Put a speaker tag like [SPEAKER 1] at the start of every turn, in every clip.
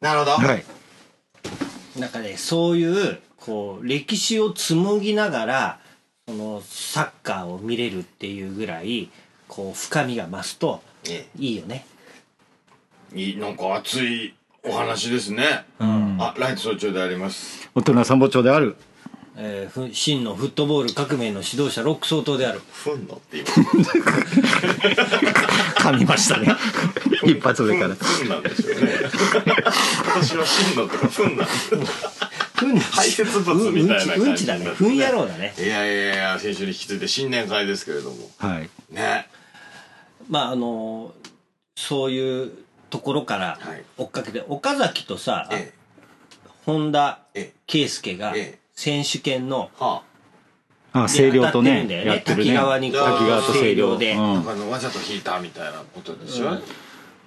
[SPEAKER 1] なるほど。
[SPEAKER 2] はい。
[SPEAKER 3] なんかね、そういう、こう、歴史を紡ぎながら、その、サッカーを見れるっていうぐらい、こう、深みが増すと、
[SPEAKER 1] え
[SPEAKER 3] いいよね。
[SPEAKER 1] えいい、なんか熱いお話ですね。あ、ライト総長であります。
[SPEAKER 2] 大人参謀長である。
[SPEAKER 3] えーふ、真のフットボール革命の指導者、ロック総統である。
[SPEAKER 1] ふんのって いう。
[SPEAKER 2] 噛みました ね。一発目から。
[SPEAKER 1] ふんなんです よね。私はふんのとかふんなんです。
[SPEAKER 3] ふん、
[SPEAKER 1] 排泄物みたいな感じ
[SPEAKER 3] うんうんちだね。ふん野郎だね。
[SPEAKER 1] いやいやいや、先週に引き継いで新年会ですけれども。
[SPEAKER 2] はい。
[SPEAKER 1] ね。
[SPEAKER 3] まあ、あのーそういうところから
[SPEAKER 1] はい
[SPEAKER 3] 追っかけて、岡崎とさ、
[SPEAKER 1] え
[SPEAKER 3] 本田
[SPEAKER 1] え
[SPEAKER 3] 圭佑が
[SPEAKER 1] ええ
[SPEAKER 3] 選手権の、
[SPEAKER 1] え。は
[SPEAKER 2] あ、
[SPEAKER 3] で
[SPEAKER 2] 清涼とね
[SPEAKER 3] 当たってるんだよね
[SPEAKER 2] やってるね。
[SPEAKER 3] 滝川にこう
[SPEAKER 2] 滝川と清涼
[SPEAKER 3] 清涼で
[SPEAKER 1] あ。
[SPEAKER 2] う
[SPEAKER 1] なんんかあの、わざと引いたみたいなことでしょ。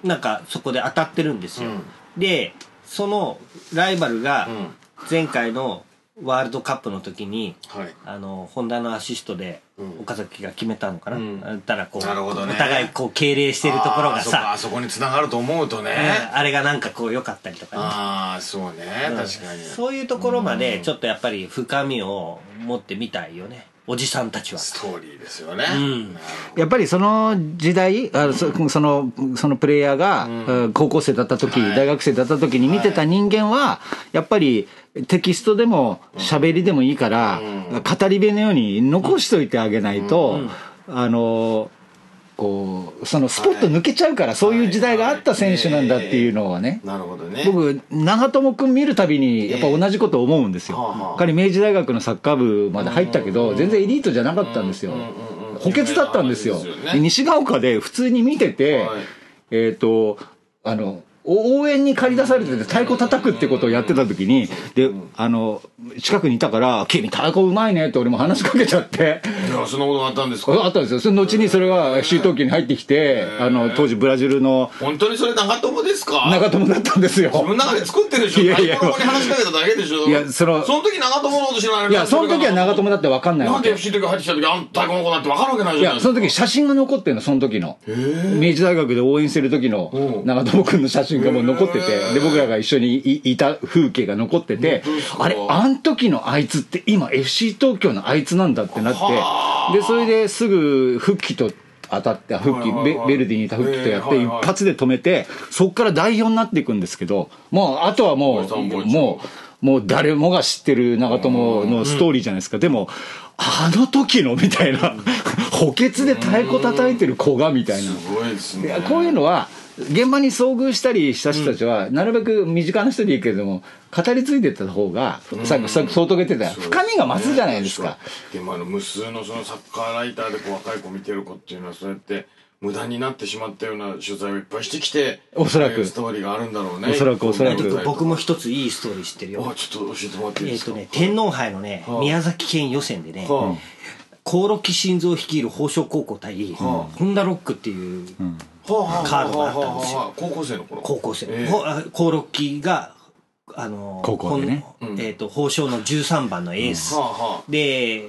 [SPEAKER 3] なんかそこで当たってるんですよ、
[SPEAKER 1] うん
[SPEAKER 3] でそのライバルが
[SPEAKER 1] うん
[SPEAKER 3] 前回のワールドカップの時に、
[SPEAKER 1] はい。
[SPEAKER 3] あの本田のアシストで
[SPEAKER 1] うん
[SPEAKER 3] 岡崎が決めたのかな、
[SPEAKER 1] うん
[SPEAKER 3] だったらこう
[SPEAKER 1] なるほどね
[SPEAKER 3] お互いこう敬礼してるところが
[SPEAKER 1] あーそっか
[SPEAKER 3] さ
[SPEAKER 1] あそこに繋がると思うとね
[SPEAKER 3] うんあれがなんかこう良かったりとかね
[SPEAKER 1] ああそうね
[SPEAKER 3] うん
[SPEAKER 1] 確かに
[SPEAKER 3] そういうところまでちょっとやっぱり深みを持ってみたいよねおじさんたちは
[SPEAKER 1] ストーリーですよね
[SPEAKER 3] ん
[SPEAKER 1] なる
[SPEAKER 2] やっぱりその時代、あそそのそのプレイヤーが、うん高校生だった時、
[SPEAKER 1] はい
[SPEAKER 2] 大学生だった時に見てた人間は、やっぱりテキストでも喋りでもいいから、語り部のように残しといてあげないと、あの、こう、そのスポット抜けちゃうから、そういう時代があった選手なんだっていうのはね。
[SPEAKER 1] なるほどね
[SPEAKER 2] 僕長友君見るたびにやっぱ同じこと思うんですよ、
[SPEAKER 1] ええはあはあ
[SPEAKER 2] 彼明治大学のサッカー部まで入ったけど、全然エリートじゃなかったんですよ、
[SPEAKER 1] うん
[SPEAKER 2] 補欠だったんです
[SPEAKER 1] 有
[SPEAKER 2] よ
[SPEAKER 1] 名な話ですよね
[SPEAKER 2] で西ヶ丘で普通に見てて、
[SPEAKER 1] はい
[SPEAKER 2] えっ、とあのお応援に駆り出されてて太鼓叩くってことをやってた時にであの近くにいたから「君太鼓うまいね」って俺も話しかけちゃって。
[SPEAKER 1] いやそんなことがあったんですか
[SPEAKER 2] あったんですよその後にそれが周東期に入ってきて、あの当時ブラジルの
[SPEAKER 1] 本当にそれ長友ですか
[SPEAKER 2] 長友だったんですよ
[SPEAKER 1] 自分の中で作ってるでしょ
[SPEAKER 2] いやいや
[SPEAKER 1] 長友に話しかけただけでしょ
[SPEAKER 2] いやその
[SPEAKER 1] その時長友のこと知らない
[SPEAKER 2] いや、その時は長友だって分かんない
[SPEAKER 1] な
[SPEAKER 2] わ
[SPEAKER 1] んで
[SPEAKER 2] け。
[SPEAKER 1] FC の時入ってきた時あんたこの子なんて分かるわけない
[SPEAKER 2] い
[SPEAKER 1] じゃない
[SPEAKER 2] や、
[SPEAKER 1] です
[SPEAKER 2] そ
[SPEAKER 1] か
[SPEAKER 2] の時写真が残ってんの、その時の。明治大学で応援してる時の
[SPEAKER 1] うん
[SPEAKER 2] 長友くんの写真がもう残って
[SPEAKER 1] へ
[SPEAKER 2] て、
[SPEAKER 1] ー
[SPEAKER 2] で、僕らが一緒にいいた風景が残ってて
[SPEAKER 1] 本当です、か
[SPEAKER 2] あれ、あん時のあいつって今 FC 東京のあいつなんだってなって、で、それですぐ復帰と、当たって復帰
[SPEAKER 1] はいはい
[SPEAKER 2] ベ
[SPEAKER 1] はい
[SPEAKER 2] ベルディにいた復帰とやっ
[SPEAKER 1] へ
[SPEAKER 2] て
[SPEAKER 1] ーはい
[SPEAKER 2] 一
[SPEAKER 1] はい
[SPEAKER 2] 発で止めてそこから代表になっていくんですけどもうあとはも
[SPEAKER 1] 森さ
[SPEAKER 2] うん
[SPEAKER 1] もう一度
[SPEAKER 2] もうもう誰もが知ってる長友のストーリーじゃないですか。でも、あの時のみたいな、補欠で太鼓叩いてる子がみたいな。
[SPEAKER 1] すごいですね
[SPEAKER 2] こういうのは、現場に遭遇したりした人たちは、なるべく身近な人でいいけれども、語り継いでった方が、さっき、さっき相当言ってたら、深みが増すじゃないですか。
[SPEAKER 1] でもあの無数のそのサッカーライターでこう若い子見てる子っていうのはそうやって無駄になってしまったような取材をいっぱいしてきて
[SPEAKER 2] おそら
[SPEAKER 1] こ
[SPEAKER 2] く
[SPEAKER 1] ういうストーリーがあるんだろうね
[SPEAKER 2] おそらくおそらく
[SPEAKER 1] こういうの
[SPEAKER 3] 僕も一ついいストーリー知ってるよ
[SPEAKER 1] あちょっと教えてもらっていい
[SPEAKER 3] え
[SPEAKER 1] で
[SPEAKER 3] っ
[SPEAKER 1] すか
[SPEAKER 3] とね天皇杯のね
[SPEAKER 1] はあ
[SPEAKER 3] 宮崎県予選でね
[SPEAKER 1] は
[SPEAKER 3] 興梠慎三率いる宝生高校対ホンダロックっていう
[SPEAKER 1] あはあはあ
[SPEAKER 3] カードがあったんですよ
[SPEAKER 1] はあはあ高校生の頃
[SPEAKER 3] 高校生
[SPEAKER 1] ええ
[SPEAKER 3] ほあ興梠があの
[SPEAKER 2] 高校でね
[SPEAKER 3] ほんえっと宝生の13番のエース
[SPEAKER 1] はあはあ
[SPEAKER 3] で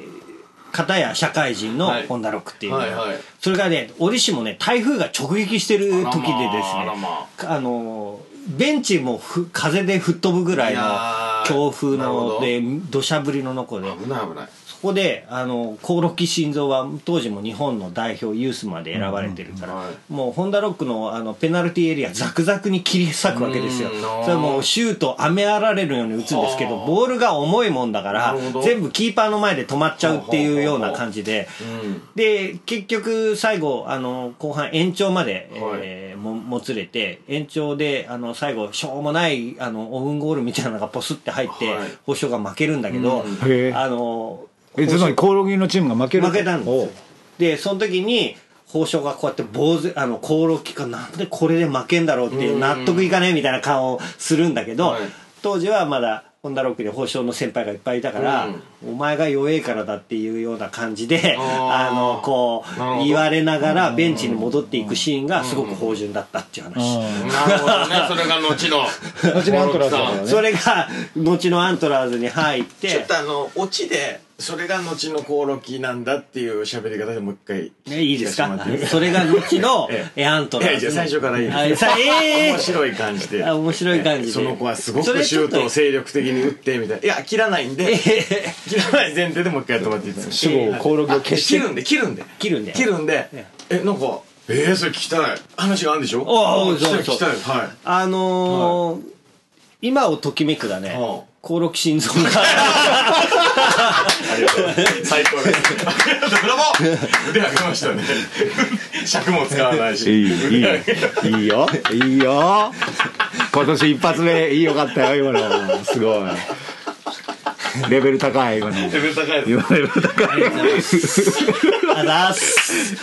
[SPEAKER 3] 片や社会人の
[SPEAKER 1] はい
[SPEAKER 3] ホンダロックっていうのが、
[SPEAKER 1] はいはい
[SPEAKER 3] それがね折しもね台風が直撃してる時でですね
[SPEAKER 1] あらま
[SPEAKER 3] あのベンチもふ風で吹っ飛ぶぐらい
[SPEAKER 1] いや
[SPEAKER 3] の
[SPEAKER 1] ー
[SPEAKER 3] 強風なので
[SPEAKER 1] な
[SPEAKER 3] 土砂降りの中で
[SPEAKER 1] 危ない危ない
[SPEAKER 3] そこであの興梠慎三は当時も日本の代表ユースまで選ばれてるから、
[SPEAKER 1] うんうんはい
[SPEAKER 3] もうホンダロックのあのペナルティーエリアザクザクに切り裂くわけですよ
[SPEAKER 1] うん
[SPEAKER 3] それはもうシュート雨あられるように打つんですけど
[SPEAKER 1] はあ
[SPEAKER 3] ボールが重いもんだか
[SPEAKER 1] な
[SPEAKER 3] ら
[SPEAKER 1] るほど
[SPEAKER 3] 全部キーパーの前で止まっちゃうっていうような感じで
[SPEAKER 1] うん
[SPEAKER 3] で結局最後あの後半延長まで、
[SPEAKER 1] はい
[SPEAKER 3] えーももつれて延長であの最後しょうもないあのオウンゴールみたいなのがポスって入って、
[SPEAKER 1] はい
[SPEAKER 3] 保証が負けるんだけど、
[SPEAKER 2] へえ
[SPEAKER 3] あの
[SPEAKER 2] え、つまり、コオロギのチームが負けると。
[SPEAKER 3] 負けたんです
[SPEAKER 2] お
[SPEAKER 3] よ
[SPEAKER 2] う
[SPEAKER 3] でその時に宝生がこうやって坊主あのコオロキかなんでこれで負けんだろうっていう納得いかねえみたいな顔をするんだけど、
[SPEAKER 1] はい
[SPEAKER 3] 当時はまだホンダロックで宝生の先輩がいっぱいいたから、お前が弱えからだっていうような感じであ
[SPEAKER 1] あー
[SPEAKER 3] のこう
[SPEAKER 1] なるほど
[SPEAKER 3] 言われながらベンチに戻っていくシーンがすごく芳醇だったっていう話。
[SPEAKER 1] なるほどね それが後の
[SPEAKER 2] 後にアントラーズだから
[SPEAKER 1] ボロ
[SPEAKER 2] ね
[SPEAKER 3] それが後のアントラーズに入って
[SPEAKER 1] ちょっとあのオチでそれが後のコオロギなんだっていう喋り方でもう一回
[SPEAKER 3] ね、いいです
[SPEAKER 1] 聞
[SPEAKER 3] か
[SPEAKER 1] かせてもらっていいですか
[SPEAKER 3] それが後の
[SPEAKER 1] え
[SPEAKER 3] エアント
[SPEAKER 1] い
[SPEAKER 3] ラーズ
[SPEAKER 1] やじゃあ最初からいい
[SPEAKER 3] あ
[SPEAKER 1] です
[SPEAKER 3] さ えー
[SPEAKER 1] 面白い感じで
[SPEAKER 3] あ面白い感じで
[SPEAKER 1] その子はすご
[SPEAKER 3] そ
[SPEAKER 1] く
[SPEAKER 3] れ
[SPEAKER 1] シ
[SPEAKER 3] ちょ
[SPEAKER 1] ュ
[SPEAKER 3] っ
[SPEAKER 1] ー
[SPEAKER 3] と
[SPEAKER 1] トを精力的に打ってみたいないや切らないんで切らない前提でもう一回やってもらっていいですか
[SPEAKER 2] 主語をコオロギを消し
[SPEAKER 1] 切
[SPEAKER 2] て
[SPEAKER 1] るんで切るんで
[SPEAKER 3] 切るんで
[SPEAKER 1] 切るんで
[SPEAKER 3] え
[SPEAKER 1] えなんかえー、それ聞きたい話があるんでしょ
[SPEAKER 3] ああそう
[SPEAKER 1] 聞きたい
[SPEAKER 3] そう
[SPEAKER 1] 聞きたいはい
[SPEAKER 3] あのー今をときめくだね
[SPEAKER 1] はあ
[SPEAKER 3] 興梠心臓 が
[SPEAKER 1] ありがとうございます最高ですどうも腕上げましたね尺も使わない
[SPEAKER 2] いい
[SPEAKER 1] し
[SPEAKER 2] いいいいよいいよ今年一発目いいよかったよ今のすごいレベル高い今の
[SPEAKER 1] レベル高いです
[SPEAKER 2] 今のレベル高い
[SPEAKER 3] あざーす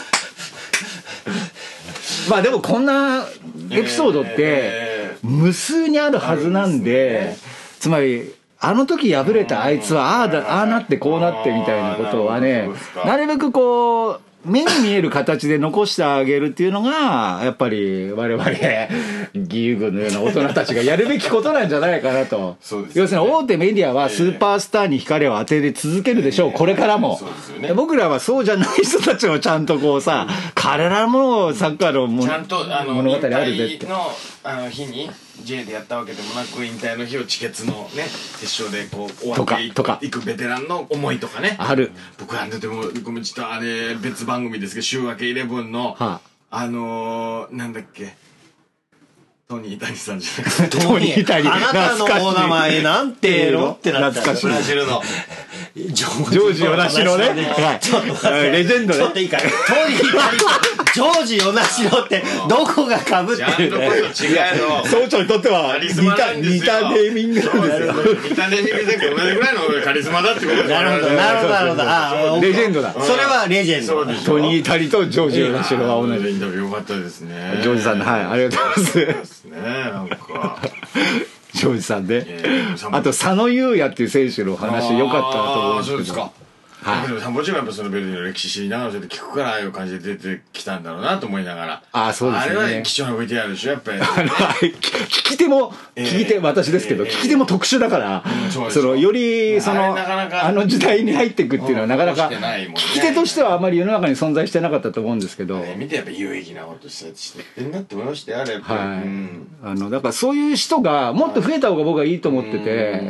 [SPEAKER 2] まあでもこんなエピソードって、
[SPEAKER 1] え
[SPEAKER 2] 無数にあるはずなんでつまりあの時敗れたあいつはああだああなってこうなってみたいなことは
[SPEAKER 1] あーなる
[SPEAKER 2] ね
[SPEAKER 1] ほどそうですか
[SPEAKER 2] なるべくこう目に見える形で残してあげるっていうのがやっぱり我々義勇軍のような大人たちがやるべきことなんじゃないかなと
[SPEAKER 1] そうですね
[SPEAKER 2] 要するに大手メディアはスーパースターに光を当て続けるでしょうこれから も
[SPEAKER 1] そうですよね
[SPEAKER 2] で僕らはそうじゃない人たちをちゃんとこうさ彼らもサッカーのも
[SPEAKER 1] ちゃんとあの
[SPEAKER 2] 物
[SPEAKER 1] 引
[SPEAKER 2] 語あるでって
[SPEAKER 1] 退のあの日に J でやったわけでもなく引退の日を地決のね決勝でこう終わってい
[SPEAKER 2] とかとか
[SPEAKER 1] いくベテランの思いとかね
[SPEAKER 2] ある
[SPEAKER 1] 僕はでもごめんちょっとあれ別番組ですけど「週明けイレブンの」
[SPEAKER 2] は
[SPEAKER 1] あのー、なんだっけトニー・谷さんじゃなくて
[SPEAKER 2] トニーイタリー
[SPEAKER 3] あなたのお名前なんてのってなった
[SPEAKER 2] 懐かしい
[SPEAKER 1] ブラジルの
[SPEAKER 3] ジ
[SPEAKER 2] ジョ
[SPEAKER 3] ョ
[SPEAKER 2] ージ・ヨナシロね。はい。レジェン
[SPEAKER 3] ちょ
[SPEAKER 2] ド
[SPEAKER 3] っと
[SPEAKER 2] ね。
[SPEAKER 3] いいかい。トニージョージ・ヨナシロって、どこが被
[SPEAKER 1] ジ
[SPEAKER 3] って
[SPEAKER 1] ャンル
[SPEAKER 3] るの
[SPEAKER 1] ごと違うの
[SPEAKER 2] 総長にとっては
[SPEAKER 1] カリ
[SPEAKER 2] 似
[SPEAKER 1] スマな
[SPEAKER 2] た、
[SPEAKER 1] んですよ
[SPEAKER 2] 似たネーミングなんですよ。
[SPEAKER 1] 見た目見た目同じぐらいのカリスマだってことです
[SPEAKER 3] なるほど、なるほど、なるほど。あー
[SPEAKER 2] レジェンドだ。
[SPEAKER 3] それはレジェン
[SPEAKER 1] そ
[SPEAKER 3] ド
[SPEAKER 1] う。です
[SPEAKER 2] トニー・タリとジョージ・ヨナシロは同じ。
[SPEAKER 1] インタビュー良かったですね
[SPEAKER 2] ジョージさんの、はい、ありがとうございま。
[SPEAKER 1] ですすねなんか
[SPEAKER 2] ジョージさんで
[SPEAKER 1] ええ。
[SPEAKER 2] あと、佐野優也っていう選手の話、良かったなと思うん
[SPEAKER 1] あーそう
[SPEAKER 2] で
[SPEAKER 1] ですす
[SPEAKER 2] けど
[SPEAKER 1] か。でももちろんやっぱそのベルディの歴史知りながらそうやって聞くからああいう感じで出てきたんだろうなと思いながら
[SPEAKER 2] あーそうですよね
[SPEAKER 1] あれは貴重な VTR でしょやっぱり
[SPEAKER 2] あのはい聞き手も、
[SPEAKER 1] ええ
[SPEAKER 2] 聞き手、私ですけど、
[SPEAKER 1] ええ
[SPEAKER 2] 聞き手も特殊だから
[SPEAKER 1] うんそう、です
[SPEAKER 2] そ
[SPEAKER 1] よ
[SPEAKER 2] の、より、そ
[SPEAKER 1] あれ
[SPEAKER 2] の、
[SPEAKER 1] なかなか
[SPEAKER 2] あの時代に入っていくっていうのはなかな
[SPEAKER 1] うん
[SPEAKER 2] か、
[SPEAKER 1] 落ちてないもん
[SPEAKER 2] 聞
[SPEAKER 1] ね
[SPEAKER 2] き手としてはあまり世の中に存在してなかったと思うんですけど、
[SPEAKER 1] ね見てやっぱ有益なことして知ってんなって思いましたよあれやっぱり
[SPEAKER 2] はい
[SPEAKER 1] うん
[SPEAKER 2] あのだからそういう人がもっと増えた方が僕はいいと思ってて、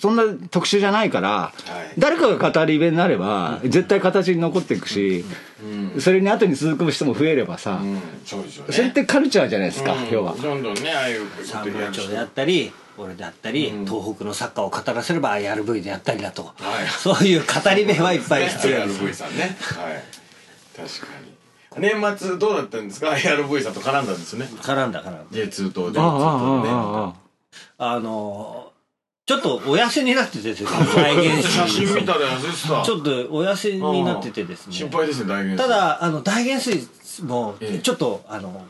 [SPEAKER 2] そんな特殊じゃないから、
[SPEAKER 1] い
[SPEAKER 2] 誰かが語り部になれば絶対形に残っていくし、それに後に続く人も増えればさ、
[SPEAKER 1] うんそうですよね
[SPEAKER 2] それってカルチャーじゃないですか、
[SPEAKER 1] うん
[SPEAKER 2] 要は。
[SPEAKER 1] どんどんねああいうこと
[SPEAKER 3] サ
[SPEAKER 1] や
[SPEAKER 3] ンブラ
[SPEAKER 1] る
[SPEAKER 3] チョ
[SPEAKER 1] 人
[SPEAKER 3] であったり、俺であったり、東北のサッカーを語らせれば IRV であったりだと
[SPEAKER 1] い。
[SPEAKER 3] そういう語り部はいっぱい必要です。
[SPEAKER 1] ARV さんねはい確かに年末どうだったんですか ARV さんと絡んだんですよね
[SPEAKER 3] 絡んだから。
[SPEAKER 1] J2 と J2
[SPEAKER 2] あああ
[SPEAKER 1] とね
[SPEAKER 2] あああ
[SPEAKER 3] あのー、ちょっとお痩せになってて ですね、大減
[SPEAKER 1] 写真見
[SPEAKER 3] 水。
[SPEAKER 1] たら痩せてた
[SPEAKER 3] ちょっとお痩せになっててですね。
[SPEAKER 1] 心配ですね大変
[SPEAKER 3] ただあの大減水も
[SPEAKER 1] ええ
[SPEAKER 3] ちょっと、あの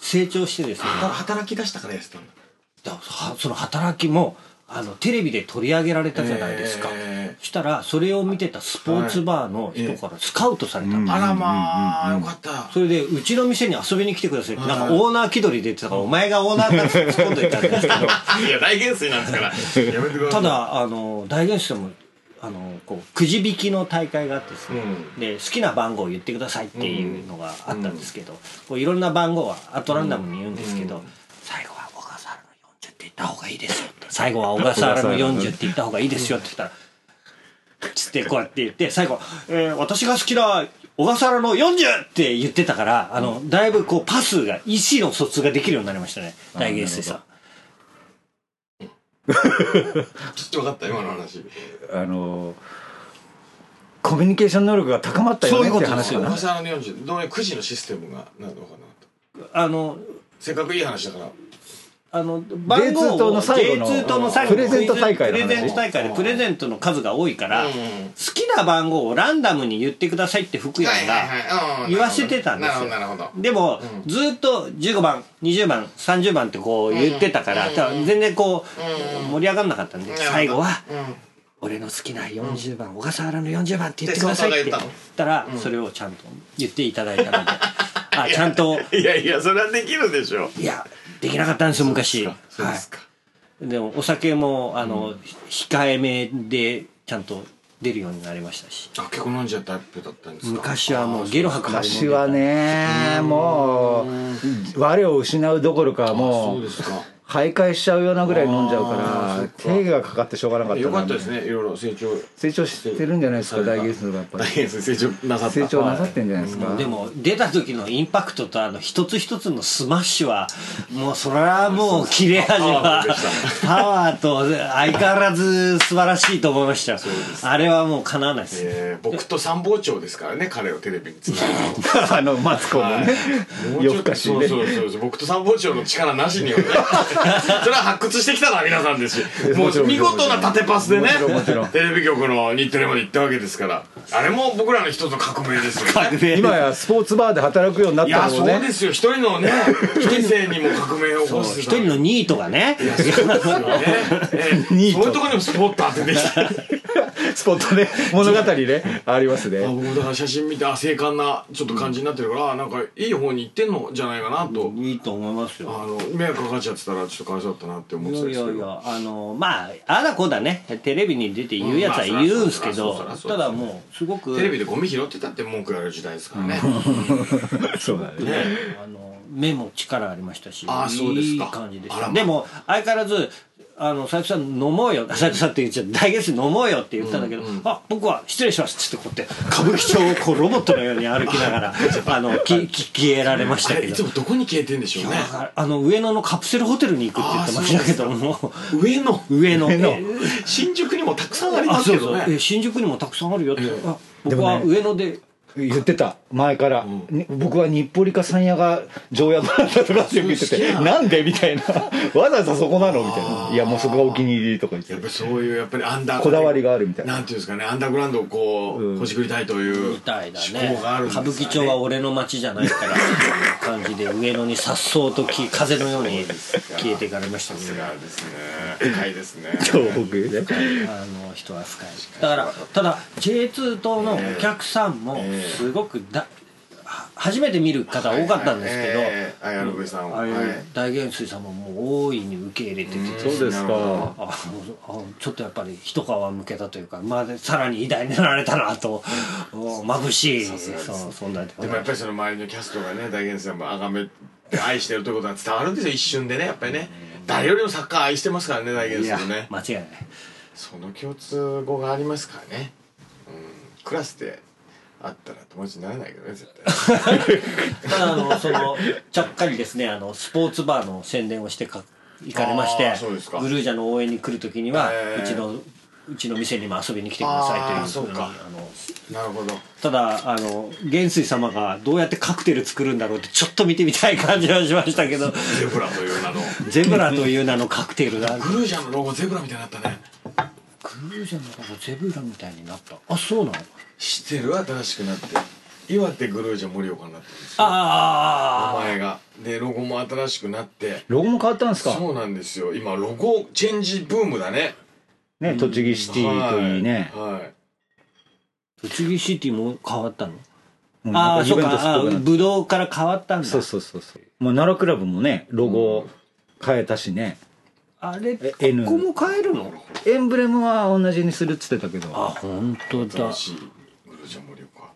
[SPEAKER 3] 成長してですね
[SPEAKER 1] 働き出したから痩せたんだ
[SPEAKER 3] だはその働きもあのテレビで取り上げられたじゃないですか、
[SPEAKER 1] え
[SPEAKER 3] そしたらそれを見てたスポーツバーの人からスカウトされた、
[SPEAKER 1] ーあらまあよかった
[SPEAKER 3] それでうちの店に遊びに来てくださいってなんかオーナー気取りで言ってたからお前がオーナーだって突っ込んでいたんですけど
[SPEAKER 1] いや大減衰なんですからやめてくださ
[SPEAKER 3] た
[SPEAKER 1] い
[SPEAKER 3] だあの大減水もあのこうくじ引きの大会があってですね、で好きな番号を言ってくださいっていうのがあったんですけど、こういろんな番号はアトランダムに言うんですけど、最後は小笠原の40って言った方がいいですよって最後は小笠原の40って言った方がいいですよって言ったらつってこうやって言って最後、えー私が好きな小笠原の 40! って言ってたからあのだいぶこうパスが意思の疎通ができるようになりましたね大芸生さん。
[SPEAKER 1] きっと分かった今の話
[SPEAKER 2] ああのコミュニケーション能力が高まったよねって話
[SPEAKER 3] そう
[SPEAKER 2] かな
[SPEAKER 3] いうこ
[SPEAKER 1] 小笠原の40どうや9時のシステムがなんか分かんなかった
[SPEAKER 3] あの
[SPEAKER 1] せっかくいい話だから
[SPEAKER 3] あの番号
[SPEAKER 2] J2 党の最後の
[SPEAKER 3] J2 党の最後
[SPEAKER 2] プレゼント大会の
[SPEAKER 3] プ
[SPEAKER 2] 話
[SPEAKER 3] レゼント大会でプレゼントの数が多いから、
[SPEAKER 1] うん
[SPEAKER 3] 好きな番号をランダムに言ってくださいって福山が
[SPEAKER 1] はい
[SPEAKER 3] 言わせてたんです
[SPEAKER 1] なるほ
[SPEAKER 3] よ
[SPEAKER 1] どなるほど
[SPEAKER 3] でも、ずっと15番20番30番ってこう言ってたから、多分全然こう、盛り上がんなかったんで
[SPEAKER 1] なるほど
[SPEAKER 3] 最後は、
[SPEAKER 1] うん
[SPEAKER 3] 俺の好きな40番、小笠原の40番って言ってくださいっ
[SPEAKER 1] で
[SPEAKER 3] て言
[SPEAKER 1] その方が言っ
[SPEAKER 3] っ
[SPEAKER 1] たの
[SPEAKER 3] たら、それをちゃんと言っていただいたのであちゃんと
[SPEAKER 1] いやいやそれはできるでしょ
[SPEAKER 3] いやできなかったんですよ昔
[SPEAKER 1] そうですか
[SPEAKER 3] でもお酒もあの、ひ控えめでちゃんと出るようになりましたし
[SPEAKER 1] あ結婚なんじゃタイプだったんですか
[SPEAKER 3] 昔はもうゲロ吐くまで飲ん
[SPEAKER 2] 昔
[SPEAKER 3] でた
[SPEAKER 2] はねもう我を失うどころか
[SPEAKER 1] そ
[SPEAKER 2] も
[SPEAKER 1] う
[SPEAKER 2] う
[SPEAKER 1] ですか
[SPEAKER 2] 徘徊しちゃうようなぐらい飲んじゃう
[SPEAKER 1] あーそっ
[SPEAKER 2] から
[SPEAKER 1] か
[SPEAKER 2] 手がかかってしょうがなかったな
[SPEAKER 1] よかったですねいろいろ成長
[SPEAKER 2] 成長してるんじゃないですか大芸術がやっぱり
[SPEAKER 1] 大変です成長なさった
[SPEAKER 2] 成長なさってんじゃないですか、
[SPEAKER 3] でも出た時のインパクトとあの一つ一つのスマッシュはもうそれはもう切れ味はパワーと相変わらず素晴らしいと思いましたよあれはもうかなわないです
[SPEAKER 1] えー僕と参謀長ですからね彼をテレビにつなぐの
[SPEAKER 2] あのマツコもね
[SPEAKER 1] もうちょっと
[SPEAKER 2] 夜更かしね
[SPEAKER 1] そうそうそうそう僕と参謀長の力なしには ねそれは発掘してきたのは皆さんですしも
[SPEAKER 2] もちろ
[SPEAKER 1] うん見事な縦パスでね
[SPEAKER 2] もちろんもちろん
[SPEAKER 1] テレビ局の日テレまで行ったわけですからあれも僕らの一つの革命ですよね
[SPEAKER 2] 今 やスポーツバーで働くようになっ
[SPEAKER 1] い
[SPEAKER 2] た
[SPEAKER 1] や
[SPEAKER 2] のも
[SPEAKER 1] そう
[SPEAKER 2] ね
[SPEAKER 1] ですよ一人の ね人生にも革命を起こす
[SPEAKER 3] 一人のニートがね
[SPEAKER 1] ね ええ
[SPEAKER 2] ニー
[SPEAKER 1] そう
[SPEAKER 2] ト
[SPEAKER 1] いうところにもスポット当ててきた
[SPEAKER 2] スポットね 物語ねあります
[SPEAKER 1] あ
[SPEAKER 2] ね
[SPEAKER 1] 僕だから写真見てあ精悍なちょっと感じになってるから、あなんかいい方に行ってんのじゃないかなと、
[SPEAKER 3] いいと思いますよ
[SPEAKER 1] あの迷惑かかっちゃってたらちょっとかわいそうだったなって思っ
[SPEAKER 3] い
[SPEAKER 1] て
[SPEAKER 3] や
[SPEAKER 1] たん
[SPEAKER 3] い
[SPEAKER 1] です
[SPEAKER 3] や
[SPEAKER 1] け
[SPEAKER 3] い
[SPEAKER 1] ど
[SPEAKER 3] やあのまああだこうだねテレビに出て言うやつは言うんすけど
[SPEAKER 1] うんまあそ
[SPEAKER 3] た
[SPEAKER 1] らそらそらそら
[SPEAKER 3] だもうすごく
[SPEAKER 1] テレビでゴミ拾ってたって文句言われる時代ですからね、
[SPEAKER 2] そうだね
[SPEAKER 1] ね
[SPEAKER 3] あの目も力ありましたし
[SPEAKER 1] あーそうですか
[SPEAKER 3] いい感じでし
[SPEAKER 1] あら
[SPEAKER 3] た
[SPEAKER 1] ま
[SPEAKER 3] でも相変わらずあの斉藤さん飲もうよ 斉藤さんって言っちゃった大ゲス飲もうよって言ったんだけど、あ僕は失礼しますっつってこうやって歌舞伎町をこうロボットのように歩きなが らあのきき消えられまし
[SPEAKER 1] あ
[SPEAKER 3] たけ
[SPEAKER 1] れいつ
[SPEAKER 3] ど
[SPEAKER 1] もどこに消えてんでしょうね
[SPEAKER 3] だからあの上野のカプセルホテルに行くって言ってましたけども
[SPEAKER 1] 上の
[SPEAKER 3] 上野
[SPEAKER 2] 上野
[SPEAKER 3] え
[SPEAKER 1] 新宿にもたくさんあり
[SPEAKER 3] あ
[SPEAKER 1] ます
[SPEAKER 3] そ
[SPEAKER 1] け
[SPEAKER 3] うそ
[SPEAKER 1] ど
[SPEAKER 3] う、
[SPEAKER 1] ね
[SPEAKER 3] え新宿にもたくさんあるよって、あ
[SPEAKER 2] で
[SPEAKER 3] 僕
[SPEAKER 2] も
[SPEAKER 3] は
[SPEAKER 2] ね
[SPEAKER 3] 上野で
[SPEAKER 2] 言ってた前から、に僕は日暮里か山谷が常夜村だとかってよく言っててなんでみたいな わざわざそこなのみたいないやもうそこがお気に入りとか言って
[SPEAKER 1] やっぱりそういうやっぱりアンダー
[SPEAKER 2] こだわりがあるみたいな
[SPEAKER 1] なんていうんですかねアンダーグラウンドをこう、ほじくりたいという
[SPEAKER 3] みたいだ
[SPEAKER 1] 思
[SPEAKER 3] ね
[SPEAKER 1] 考があるんです
[SPEAKER 3] 歌
[SPEAKER 1] かね
[SPEAKER 3] 舞伎町は俺の街じゃないからっていう感じで上野に颯爽とき風のように消えていかれましたけ
[SPEAKER 1] さす
[SPEAKER 3] ど
[SPEAKER 1] がですね深いですね
[SPEAKER 2] 東北ね
[SPEAKER 3] あの人は深いだからただ J2 党のお客さんもすごくだ、は初めて見る方多かったんですけど、
[SPEAKER 1] ええ綾部さんを
[SPEAKER 3] あれ、
[SPEAKER 1] はい
[SPEAKER 3] 大元帥さんももう大いに受け入れてて、
[SPEAKER 2] そうですか
[SPEAKER 3] ああちょっとやっぱり一皮むけたというか、まあ、さらに偉大になられたなと、お眩しいそう存在で
[SPEAKER 1] でもやっぱりその周りのキャストがね大元さんもあがめて愛してるということが伝わるんですよ一瞬でねやっぱりね誰よりもサッカー愛してますからね大元
[SPEAKER 3] いや
[SPEAKER 1] さんもね
[SPEAKER 3] 間違いない
[SPEAKER 1] その共通語がありますからねうんクラスであったら友達にならないけどね絶対
[SPEAKER 3] ただあのそのちゃっかりですねあのスポーツバーの宣伝をしてか行かれまして
[SPEAKER 1] あーそうですか
[SPEAKER 3] ブルージャの応援に来る時には、
[SPEAKER 1] へー
[SPEAKER 3] うちのうちの店にも遊びに来てくださいと
[SPEAKER 1] あーそう
[SPEAKER 3] いうふうに
[SPEAKER 1] か
[SPEAKER 3] あ
[SPEAKER 1] な
[SPEAKER 3] の
[SPEAKER 1] るほど
[SPEAKER 3] ただあの元帥様がどうやってカクテル作るんだろうってちょっと見てみたい感じはしましたけ ど
[SPEAKER 1] ゼブラという名の
[SPEAKER 3] ゼブラという名のカクテルが
[SPEAKER 1] グルージャンのロゴゼブラみたいになったね
[SPEAKER 3] クージャの中がゼブラみたいになったあそうなの
[SPEAKER 1] 知ってる新しくなって岩手グルージャン盛岡になったんですよ名
[SPEAKER 3] あ
[SPEAKER 1] 前がでロゴも新しくなって
[SPEAKER 2] ロゴも変わったんですか
[SPEAKER 1] そうなんですよ今ロゴチェンジブームだね
[SPEAKER 2] ね栃木シティといいね、
[SPEAKER 1] はいはい
[SPEAKER 3] 栃木シティも変わったの
[SPEAKER 2] うん
[SPEAKER 3] あ
[SPEAKER 2] なんか
[SPEAKER 3] あ
[SPEAKER 2] イ
[SPEAKER 3] そう
[SPEAKER 2] ベン
[SPEAKER 3] か
[SPEAKER 2] トすっ
[SPEAKER 3] あ
[SPEAKER 2] ぽくな
[SPEAKER 3] ー
[SPEAKER 2] って
[SPEAKER 3] ぶどうから変わったんだ
[SPEAKER 2] そうそうそうそう、まあ、奈良クラブもねロゴ変えたしね、
[SPEAKER 3] あれこ
[SPEAKER 2] え N
[SPEAKER 3] こも変えるの
[SPEAKER 2] エンブレムは同じにするっつってたけど
[SPEAKER 3] あ本当
[SPEAKER 1] 新
[SPEAKER 3] だ
[SPEAKER 1] しいグルージャン盛岡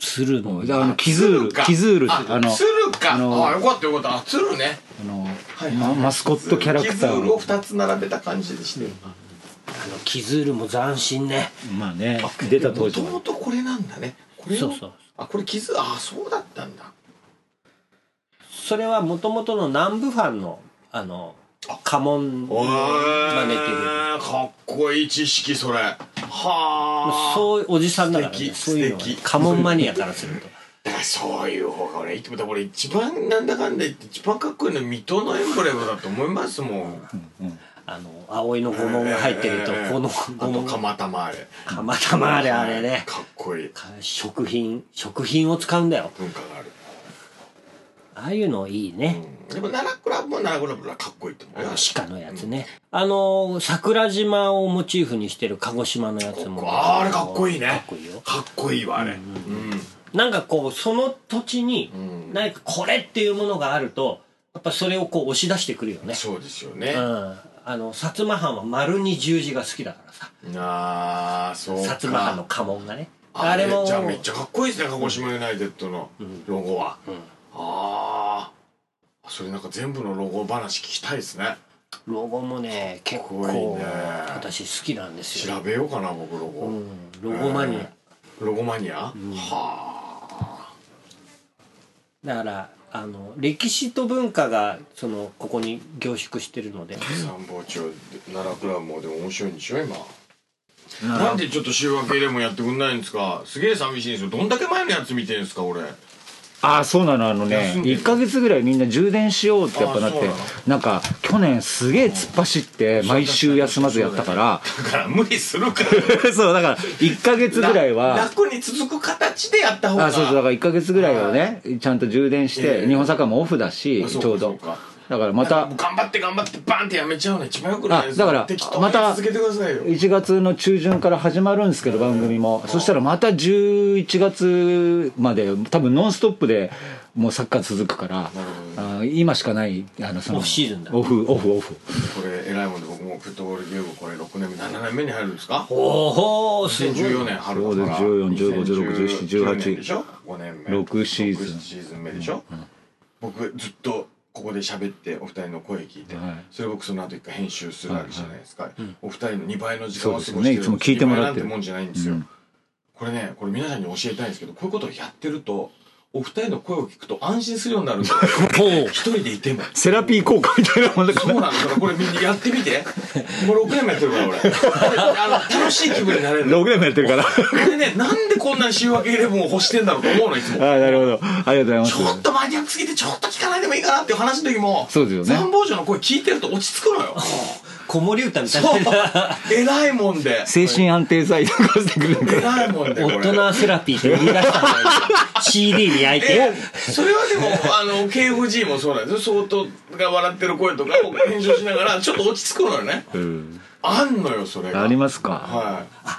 [SPEAKER 3] 鶴の
[SPEAKER 2] あのキズール
[SPEAKER 1] か
[SPEAKER 2] キズールって
[SPEAKER 1] あ
[SPEAKER 2] あの
[SPEAKER 1] 鶴かあ
[SPEAKER 2] あの
[SPEAKER 1] よかったよかったあ鶴ね
[SPEAKER 2] あの、
[SPEAKER 1] い
[SPEAKER 2] まマスコットキャラクタ
[SPEAKER 1] キズ
[SPEAKER 2] ー
[SPEAKER 1] ルを
[SPEAKER 2] の
[SPEAKER 1] 二つ並べた感じでしてる
[SPEAKER 3] あのキズールも斬新ね
[SPEAKER 2] まあね出た当
[SPEAKER 1] もと
[SPEAKER 2] 時は
[SPEAKER 1] もとこれなんだねこれを
[SPEAKER 3] そうそう
[SPEAKER 1] あこれキズあそうだったんだ
[SPEAKER 3] それはもともとの南部ファンのあの家紋を真似てる
[SPEAKER 1] ーかっこいい知識それはあ
[SPEAKER 3] そういうおじさんだから、
[SPEAKER 1] 素
[SPEAKER 3] ね、
[SPEAKER 1] 敵
[SPEAKER 3] そういうのが
[SPEAKER 1] 素敵
[SPEAKER 3] 家紋マニアからすると
[SPEAKER 1] だからそういう方が俺いつもだから俺一番なんだかんだ言って一番かっこいいのは水戸のエンブレムだと思いますもん
[SPEAKER 3] あの葵の御紋が入ってると、
[SPEAKER 1] えー
[SPEAKER 3] この
[SPEAKER 1] あと
[SPEAKER 3] 御紋が
[SPEAKER 1] 釜玉あれ
[SPEAKER 3] たまたまあれあれね
[SPEAKER 1] かっこいい
[SPEAKER 3] か食品食品を使うんだよ
[SPEAKER 1] 文化がある
[SPEAKER 3] ああいうのいいね、
[SPEAKER 1] でも奈良クラブも奈良クラブはかっこいいと思うよ
[SPEAKER 3] 鹿のやつね、あの桜島をモチーフにしてる鹿児島のやつも
[SPEAKER 1] あーあれかっこいいね
[SPEAKER 3] かっこいいよ
[SPEAKER 1] かっこいいわあれうん
[SPEAKER 3] なんかこうその土地に何かこれっていうものがあるとやっぱそれをこう押し出してくるよね。
[SPEAKER 1] そうですよ
[SPEAKER 3] う
[SPEAKER 1] ね
[SPEAKER 3] ん。。あの、薩摩藩は丸に十字が好きだからさ。
[SPEAKER 1] ああ、そう
[SPEAKER 3] 薩
[SPEAKER 1] か。
[SPEAKER 3] 摩藩の家紋がね。
[SPEAKER 1] あ
[SPEAKER 3] あ
[SPEAKER 1] れ
[SPEAKER 3] れも、
[SPEAKER 1] じゃあめっちゃかっこいいですね鹿児島ユナイテッドのロゴは、ああそれなんか全部のロゴ話聞きたいですね
[SPEAKER 3] ロゴもね、結
[SPEAKER 1] かっこ
[SPEAKER 3] 構
[SPEAKER 1] いいね
[SPEAKER 3] 私好きなんですよ。
[SPEAKER 1] 調べようかな僕ロゴ、
[SPEAKER 3] うんロゴマニア。
[SPEAKER 1] ロゴマニア、は
[SPEAKER 3] だからあの歴史と文化がそのここに凝縮してるので
[SPEAKER 1] あ参謀長奈良クラブもでも面白いんでしょ今なんでちょっと週明けでもやってくんないんですかすげえ寂しいんですよどんだけ前のやつ見てんですか俺
[SPEAKER 2] ああそうなのあのね
[SPEAKER 1] 休んでる
[SPEAKER 2] 1か月ぐらいみんな充電しようってやっぱなっ
[SPEAKER 1] あーそ
[SPEAKER 2] て
[SPEAKER 1] うなの
[SPEAKER 2] なんか去年すげえ突っ走って毎週休まずやったから
[SPEAKER 1] だから無理するから
[SPEAKER 2] そうだから1か月ぐらいは
[SPEAKER 1] 楽に続く形でやった方が
[SPEAKER 2] あそうそうだから1か月ぐらいはねちゃんと充電し
[SPEAKER 1] え
[SPEAKER 2] て
[SPEAKER 1] え
[SPEAKER 2] 日本サッカーもオフだし
[SPEAKER 1] あ
[SPEAKER 2] ち
[SPEAKER 1] そうか
[SPEAKER 2] ょう
[SPEAKER 1] そ
[SPEAKER 2] ど
[SPEAKER 1] うか
[SPEAKER 2] だからまた
[SPEAKER 1] もう頑張って頑張ってバンってやめちゃうの一番よくないです
[SPEAKER 2] あだから
[SPEAKER 1] 適当に
[SPEAKER 2] また
[SPEAKER 1] 続けてくださいよ
[SPEAKER 2] 1月の中旬から始まるんですけど番組もそしたらまた11月まで多分ノンストップでもうサッカー続くからあー今しかないあのその
[SPEAKER 3] オフシーズンだ
[SPEAKER 2] オフオフオフ
[SPEAKER 1] これ偉いもんで僕もフットボールゲームこれ6年目7年目に入るんですか
[SPEAKER 3] おおすごい
[SPEAKER 1] 2014年春だから
[SPEAKER 2] そうです14 15 16 17
[SPEAKER 1] 19年でしょ5年目
[SPEAKER 2] 六シーズン
[SPEAKER 1] 六シーズン目でしょ、僕ずっとここで喋ってお二人の声聞いて、
[SPEAKER 2] はい
[SPEAKER 1] それ僕その後一回編集するわけじゃないですか、お二人の2倍の時間を過ごして
[SPEAKER 2] そうですよねいつも聞いてもらっ
[SPEAKER 1] 2倍な
[SPEAKER 2] て
[SPEAKER 1] んてもんじゃないんですよ、これねこれ皆さんに教えたいんですけどこういうことをやってるとお二人の声を聞くと安心するようになるん ですよ一人でいても
[SPEAKER 2] セラピー効果みたいなもんだか
[SPEAKER 1] そうなんだからこれみんなやってみてもう6年もやってる から俺これあの楽しい気分になれる
[SPEAKER 2] 6年もやってるからあ
[SPEAKER 1] これねなんでこんなに週明けイレブンを欲してんだろうと思うのいつも
[SPEAKER 2] あなるほどありがとうございま
[SPEAKER 1] ちょっ
[SPEAKER 2] す
[SPEAKER 1] とマニアックすぎてちょっと聞かないでもいいかなっていう話の時も
[SPEAKER 2] そうですよね
[SPEAKER 1] 参謀長の声聞いてると落ち着くのよ
[SPEAKER 3] 子守歌みた
[SPEAKER 1] そう
[SPEAKER 3] いな
[SPEAKER 1] 偉いもんで
[SPEAKER 2] 精神安定剤とかしてくれるから
[SPEAKER 1] 偉いもんでこれ
[SPEAKER 3] 大人セラピーって言い出したんだよ CD に焼いて
[SPEAKER 1] えそれはでもあの KFG もそうなんですよ相当が笑ってる声とかを編集しながらちょっと落ち着くのよね
[SPEAKER 2] うん
[SPEAKER 1] あんのよそれが
[SPEAKER 2] ありますか
[SPEAKER 1] はい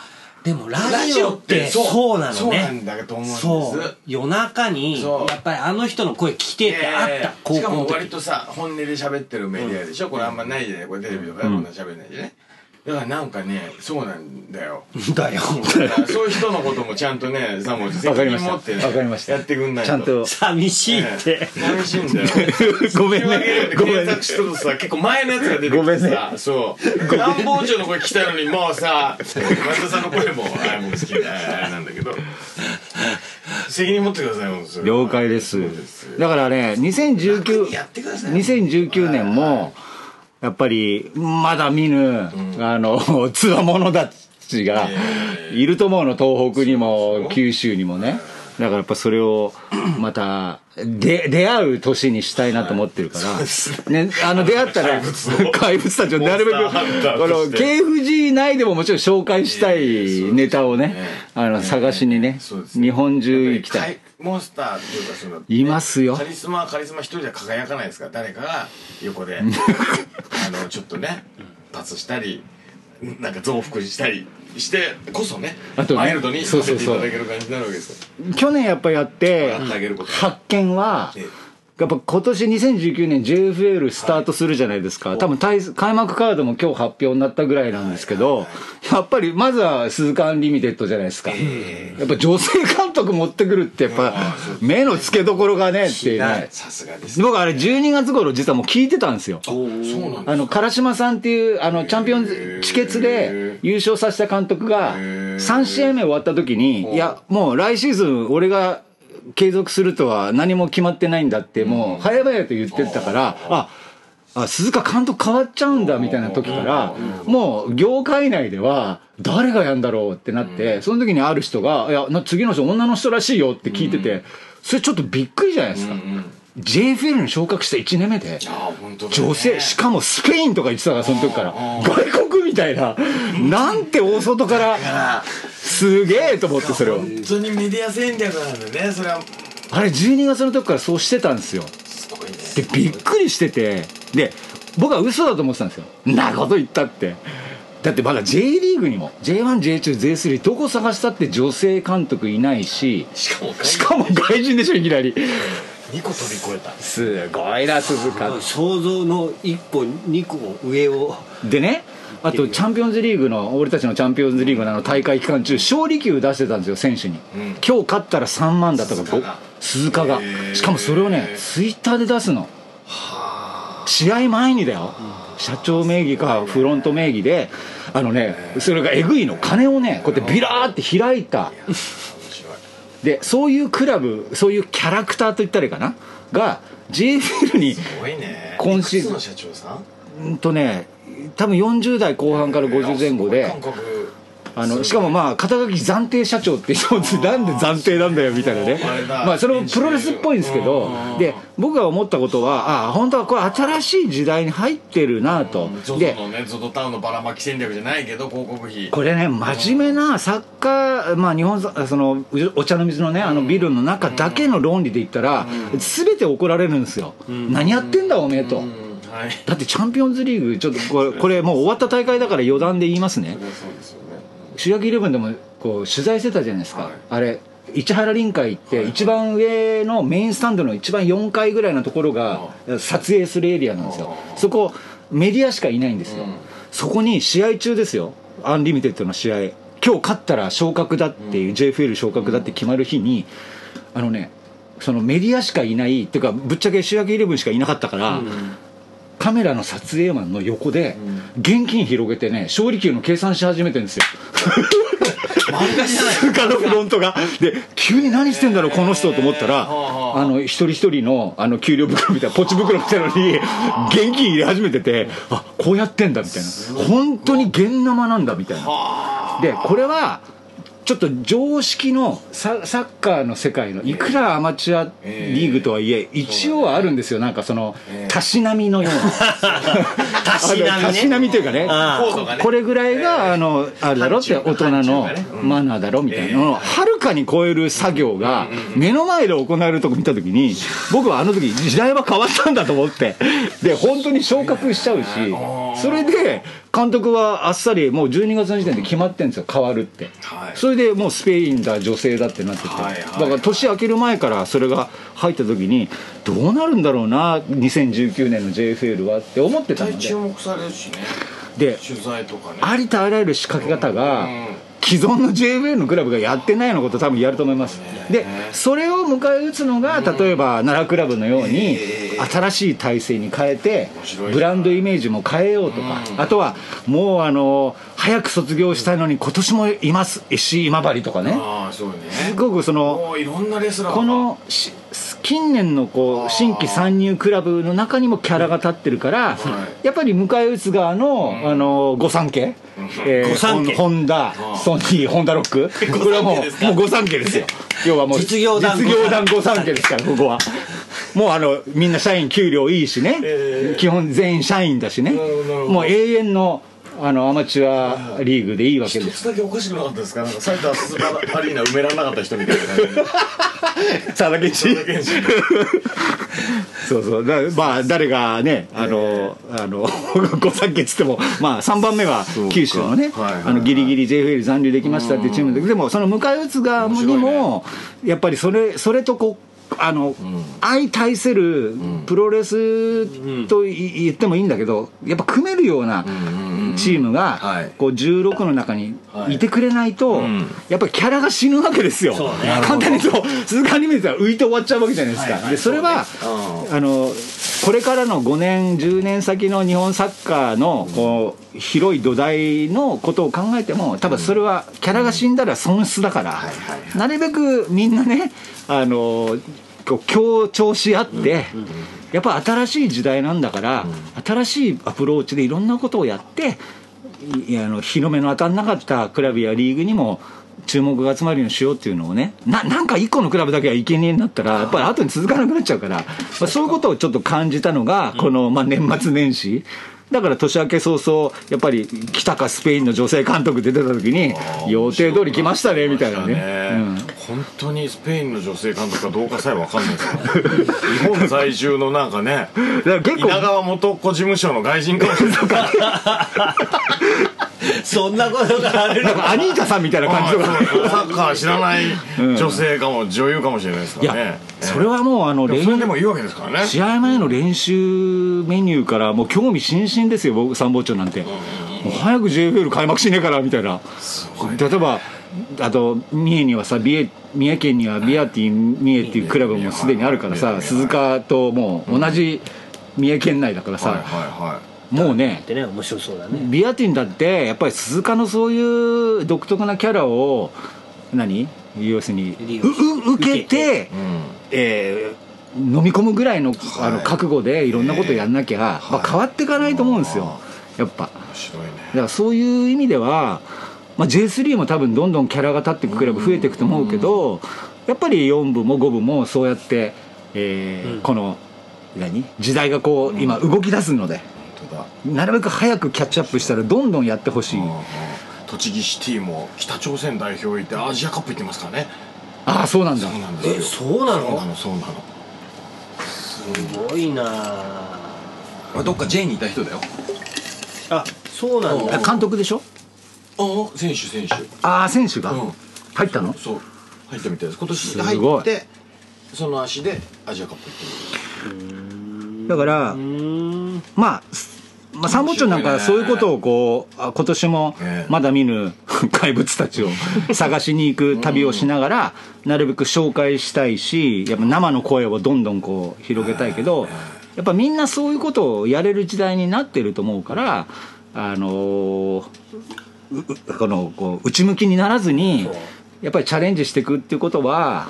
[SPEAKER 3] でもラジオってそうなの
[SPEAKER 1] そうなん
[SPEAKER 3] ね
[SPEAKER 1] だと思うんです
[SPEAKER 3] そう夜中に
[SPEAKER 1] そう
[SPEAKER 3] やっぱりあの人の声聞いてってあっ
[SPEAKER 1] いやいや
[SPEAKER 3] た高
[SPEAKER 1] しか
[SPEAKER 3] 校の
[SPEAKER 1] も割
[SPEAKER 3] 時
[SPEAKER 1] とさ本音で喋ってるメディアでしょ、これあんまないじゃないこれテレビとかでこんな喋んないじゃない、だからなんかねそうなんだよ
[SPEAKER 3] だよ
[SPEAKER 1] だからそういう人のこともちゃんとね三文字責
[SPEAKER 2] わかり
[SPEAKER 1] 任
[SPEAKER 2] まし
[SPEAKER 1] 持って
[SPEAKER 2] たわかりま
[SPEAKER 1] ね
[SPEAKER 2] した
[SPEAKER 1] やってくんないと
[SPEAKER 2] ちゃんと
[SPEAKER 3] 寂しい
[SPEAKER 1] え
[SPEAKER 3] っ
[SPEAKER 1] え
[SPEAKER 3] て
[SPEAKER 1] 寂しいんだよ
[SPEAKER 2] ごめんねご
[SPEAKER 1] 検
[SPEAKER 2] めんね
[SPEAKER 1] 索するとさ結構前のやつが出てき
[SPEAKER 2] ごめ
[SPEAKER 1] て
[SPEAKER 2] んね
[SPEAKER 1] さ、そう乱暴長の声来たのにもうさ松田さんの声もあもう好 きだあれなんだけど責任持ってくださいもんそれは
[SPEAKER 2] 了解ですだからね2019
[SPEAKER 1] やってください
[SPEAKER 2] 2019年もやっぱりまだ見ぬ、あの つわものたちがいると思うの東北にも九州にもねだからやっぱそれをまたで出会う年にしたいなと思ってるから、ね、あの出会ったら
[SPEAKER 1] 怪物を
[SPEAKER 2] 怪物たちをなるべく
[SPEAKER 1] モンスターハンターと
[SPEAKER 2] この
[SPEAKER 1] して
[SPEAKER 2] KFG 内でももちろん紹介したいネタをね
[SPEAKER 1] え
[SPEAKER 2] あの探しにね
[SPEAKER 1] そうですね
[SPEAKER 2] 日本中行きたい
[SPEAKER 1] かモンスターっていうかその
[SPEAKER 2] いますよ
[SPEAKER 1] カリスマはカリスマ一人じゃ輝かないですから誰かが横 であのちょっとねパスしたりなんか増幅したりしてこそね
[SPEAKER 2] あとね
[SPEAKER 1] マイルドに
[SPEAKER 2] そう
[SPEAKER 1] させ
[SPEAKER 2] そう
[SPEAKER 1] てい
[SPEAKER 2] そう
[SPEAKER 1] ただける感じになるわけですよ
[SPEAKER 2] 去年やっぱやって
[SPEAKER 1] やってあげること
[SPEAKER 2] 発見は
[SPEAKER 1] ええ
[SPEAKER 2] やっぱ今年2019年 JFL スタートするじゃないですか、多分対開幕カードも今日発表になったぐらいなんですけど、やっぱりまずは鈴鹿アンリミテッドじゃないですか、やっぱ女性監督持ってくるってやっぱ目の付けどころがねっていうね
[SPEAKER 1] さすがです
[SPEAKER 2] 僕あれ12月頃実はもう聞いてたんですよ
[SPEAKER 1] そうなん
[SPEAKER 2] あ
[SPEAKER 1] だ
[SPEAKER 2] の唐島さんっていうあのチャンピオンズ地決で優勝させた監督が3試合目終わった時にいやもう来シーズン俺が継続するとは何も決まってないんだってもう早々と言ってたからああ鈴鹿監督変わっちゃうんだみたいな時からもう業界内では誰がやんだろうってなってその時にある人が「いやな次の人女の人らしいよ」って聞いててそれちょっとびっくりじゃないですか JFL に昇格した1年目で
[SPEAKER 1] あ本当だね
[SPEAKER 2] 女性、しかもスペインとか言ってたから、その時から。外国みたいな、なんて大外から、すげえと思って、それを。
[SPEAKER 1] 本当にメディア戦略なんだねそれは
[SPEAKER 2] あれ、12月の時からそうしてたんですよ。
[SPEAKER 1] すごいね
[SPEAKER 2] で、びっくりしてて、で、僕は嘘だと思ってたんですよ。んなこと言ったって。だってまだ J リーグにも、J1、J2、J3、どこ探したって女性監督いないし、
[SPEAKER 1] しかも
[SPEAKER 2] しかも外人でしょ、いきなり。
[SPEAKER 1] 2個飛び越え た
[SPEAKER 4] すごいな鈴鹿
[SPEAKER 3] 想像の1個2個 上を
[SPEAKER 2] でねあとチャンピオンズリーグの俺たちのチャンピオンズリーグのあの大会期間中勝利球出してたんですよ選手に、
[SPEAKER 1] ん
[SPEAKER 2] 今日勝ったら3万だとか
[SPEAKER 1] 鈴鹿が
[SPEAKER 2] ご鈴鹿が
[SPEAKER 1] へー
[SPEAKER 2] しかもそれをねツイッターで出すの試合前にだよ社長名義かフロント名義であのねそれがえぐいの金をねこうやってビラーって開いた
[SPEAKER 1] 面白い
[SPEAKER 2] でそういうクラブそういうキャラクターといったらいいかなが JFL に
[SPEAKER 1] すごいね
[SPEAKER 2] 今シーズン
[SPEAKER 1] いくつの社長さん
[SPEAKER 2] うんとね多分40代後半から50前後で
[SPEAKER 1] あすごい感覚
[SPEAKER 2] あのしかもまあ肩書き暫定社長って人なんで暫定なんだよみたいなね
[SPEAKER 1] そうあれだ
[SPEAKER 2] まあそれもプロレスっぽいんですけどで僕が思ったことはあ本当はこれ新しい時代に入ってるなと
[SPEAKER 1] ゾゾ
[SPEAKER 2] で
[SPEAKER 1] のねゾゾタウンのばらまき戦略じゃないけど広告費
[SPEAKER 2] これね真面目なサッカー、まあ、日本さそのうお茶の水のねあのビルの中だけの論理で言ったら全て怒られるんですよ何やってんだおめえと。
[SPEAKER 1] うんはい
[SPEAKER 2] だってチャンピオンズリーグちょっとこれこれもう終わった大会だから余談で言いますね
[SPEAKER 1] そうですよね
[SPEAKER 2] 主役イレブンでもこう取材してたじゃないですか、
[SPEAKER 1] はい
[SPEAKER 2] あれ市原臨海って一番上のメインスタンドの一番4階ぐらいのところが撮影するエリアなんですよそこメディアしかいないんですよ、そこに試合中ですよアンリミテッドの試合今日勝ったら昇格だっていう、JFL 昇格だって決まる日にあのねそのメディアしかいないっていうかぶっちゃけ主役イレブンしかいなかったから、カメラの撮影マンの横で現金広げてね勝利球の計算し始めてるんですよ
[SPEAKER 1] 漫画じゃない
[SPEAKER 2] 通貨のフロントがで急に何してんだろうこの人と思ったら
[SPEAKER 1] はあは
[SPEAKER 2] あの一人一人のあの給料袋みたいなポチ袋みたいなのに現金入れ始めててあこうやってんだみたいな本当に現生なんだみたいなでこれはちょっと常識のササッカーの世界のいくらアマチュアリーグとはいえ一応はあるんですよなんかそのたしなみのような
[SPEAKER 3] たしな
[SPEAKER 2] あ
[SPEAKER 3] み
[SPEAKER 2] の
[SPEAKER 3] ね
[SPEAKER 2] たしなみというかね
[SPEAKER 3] あ
[SPEAKER 1] 高度がね
[SPEAKER 2] これぐらいが、あのあれだろって
[SPEAKER 1] 範疇
[SPEAKER 2] 大人の
[SPEAKER 1] 範疇がね
[SPEAKER 2] マナーだろみたいなのをはるかに超える作業が目の前で行われるとこ見た時に僕はあの時時代は変わったんだと思ってで本当に昇格しちゃうしそれで監督はあっさりもう12月の時点で決まってんですよ変わるって
[SPEAKER 1] はい
[SPEAKER 2] それでもうスペインだ女性だってなってて
[SPEAKER 1] はいはい
[SPEAKER 2] だから年明ける前からそれが入った時にどうなるんだろうな2019年の JFL はって思ってたの
[SPEAKER 1] 大
[SPEAKER 2] で
[SPEAKER 1] 注目されるしね
[SPEAKER 2] で
[SPEAKER 1] 取材とかね
[SPEAKER 2] ありとあらゆる仕掛け方が
[SPEAKER 1] ん
[SPEAKER 2] 既存の JWA のクラブがやってないようなことを多分やると思いますでそれを迎え撃つのが例えば奈良クラブのように新しい体制に変えて
[SPEAKER 1] 白いな
[SPEAKER 2] ブランドイメージも変えようとかあとはもうあの早く卒業したいのに今年もいます石井今治とかね
[SPEAKER 1] ああそうね
[SPEAKER 2] すごくその
[SPEAKER 1] もういろんなレスラーが
[SPEAKER 2] このし近年のこう新規参入クラブの中にもキャラが立ってるから、やっぱり迎え撃つ側の、あの御三家、えー
[SPEAKER 3] 御三家
[SPEAKER 2] ホンホンダソニーホンダロックこれはもうもう御三家ですよ要はもう
[SPEAKER 3] 実業団
[SPEAKER 2] 実業団御三家ですからここはもうあのみんな社員給料いいしね、基本全員社員だしねもう永遠のあのアマチュアリーグでいいわけ
[SPEAKER 1] 一
[SPEAKER 2] です
[SPEAKER 1] つだけおかしくなかったですかなんか埼玉スーパーアリーナ埋められなかった人みたいな感じで
[SPEAKER 2] 佐田健一そうそうだまあ誰がねあの、あの ご参決ってもまあ3番目は九州のね、
[SPEAKER 1] そうかはいはいはい
[SPEAKER 2] あのギリギリ JFL 残留できましたっていうチームででもその迎え撃つ側にも、やっぱりそれそれとこうあの、相対せるプロレスとい言ってもいいんだけどやっぱ組めるようなチームが
[SPEAKER 1] はい
[SPEAKER 2] こう16の中にいてくれないと、
[SPEAKER 1] ん
[SPEAKER 2] やっぱりキャラが死ぬわけですよ、
[SPEAKER 3] そうね
[SPEAKER 2] 簡単に言うと鈴鹿アニメーターは浮いて終わっちゃうわけじゃないですか、
[SPEAKER 1] はいはい
[SPEAKER 2] でそれは
[SPEAKER 1] そう
[SPEAKER 2] あのこれからの5年10年先の日本サッカーのこう広い土台のことを考えても多分それはキャラが死んだら損失だから、なるべくみんなねあのこう協調し合って、やっぱ新しい時代なんだから、新しいアプローチでいろんなことをやっていあの日の目の当たんなかったクラブやリーグにも注目が集まるようにしようっていうのをねななんか一個のクラブだけは生贄になったらやっぱり後に続かなくなっちゃうから、まあ、そういうことをちょっと感じたのがこの、まあ、年末年始だから年明け早々やっぱり北かスペインの女性監督出てた時に予定通り来ましたねみたいなねうん
[SPEAKER 1] 本当にスペインの女性監督かどうかさえ分かんないですよ日本在住のなんかね
[SPEAKER 2] だから結構
[SPEAKER 1] 稲川元子事務所の外人かもしれない
[SPEAKER 3] そんなことがあるの
[SPEAKER 2] なんかアニータさんみたいな感じとか
[SPEAKER 1] あそうサッカー知らない女性かも女優かもしれないです
[SPEAKER 2] い
[SPEAKER 1] から
[SPEAKER 2] や
[SPEAKER 1] ね
[SPEAKER 2] それはもうあの
[SPEAKER 1] でも
[SPEAKER 2] 練
[SPEAKER 1] それでもいいわけですからね
[SPEAKER 2] 試合前の練習メニューからもう興味津々ですよ僕参謀長なんてもう早く JFL 開幕しねえからみたいな例えばあと三重にはさ三重三重県にはビアティ三重っていうクラブもすでにあるから
[SPEAKER 1] はい
[SPEAKER 2] さ
[SPEAKER 1] はい
[SPEAKER 2] 鈴鹿ともう同じ三重県内だから
[SPEAKER 1] はいはい
[SPEAKER 2] さ
[SPEAKER 1] は
[SPEAKER 2] もうね
[SPEAKER 3] ってね面白そうだね
[SPEAKER 2] ビアティンだってやっぱり鈴鹿のそういう独特なキャラを何要するに
[SPEAKER 3] 利用
[SPEAKER 2] うう受け
[SPEAKER 3] 受けて
[SPEAKER 2] て
[SPEAKER 1] いうん
[SPEAKER 2] えー飲み込むぐらいの,、
[SPEAKER 1] はい
[SPEAKER 2] あの覚悟でいろんなことやんなきゃ、まあ、変わっていかないと思うんですよ、
[SPEAKER 1] は
[SPEAKER 2] やっぱだか
[SPEAKER 1] 面白いね
[SPEAKER 2] らそういう意味では、まあ、J3 も多分どんどんキャラが立っていくクラブ増えていくと思うけど、やっぱり4部も5部もそうやって、えー
[SPEAKER 3] うん
[SPEAKER 2] この何時代がこう今動き出すので、
[SPEAKER 1] 本当だ
[SPEAKER 2] なるべく早くキャッチアップしたらどんどんやってほしい、
[SPEAKER 1] うんうん栃木シティも北朝鮮代表いてアジアカップ行ってますからね
[SPEAKER 2] ああそうなんだ
[SPEAKER 1] そうなん
[SPEAKER 3] え
[SPEAKER 1] ですよ
[SPEAKER 3] そうな
[SPEAKER 1] そう
[SPEAKER 3] の
[SPEAKER 1] なのそうなの
[SPEAKER 3] すごいなあ
[SPEAKER 1] どっか J にいた人だよ
[SPEAKER 3] あそうなんだ
[SPEAKER 2] あ監督でしょ
[SPEAKER 1] ああ選手選手
[SPEAKER 2] ああ選手が、
[SPEAKER 1] うん
[SPEAKER 2] 入ったの
[SPEAKER 1] そう入ったみたいです今年
[SPEAKER 2] すご
[SPEAKER 1] 入
[SPEAKER 2] い
[SPEAKER 1] ってその足でアジアカップ行ってる
[SPEAKER 2] だから、
[SPEAKER 3] うーん
[SPEAKER 2] まあ、すまあ、参謀長なんかそういうことをこうあ今年も
[SPEAKER 1] ええ
[SPEAKER 2] まだ見ぬ 怪物たちを探しに行く旅をしながらなるべく紹介したいしやっぱ生の声をどんどんこう広げたいけどやっぱみんなそういうことをやれる時代になってると思うからあのーううこのこう内向きにならずに
[SPEAKER 3] う
[SPEAKER 2] やっぱりチャレンジしていくっていうことは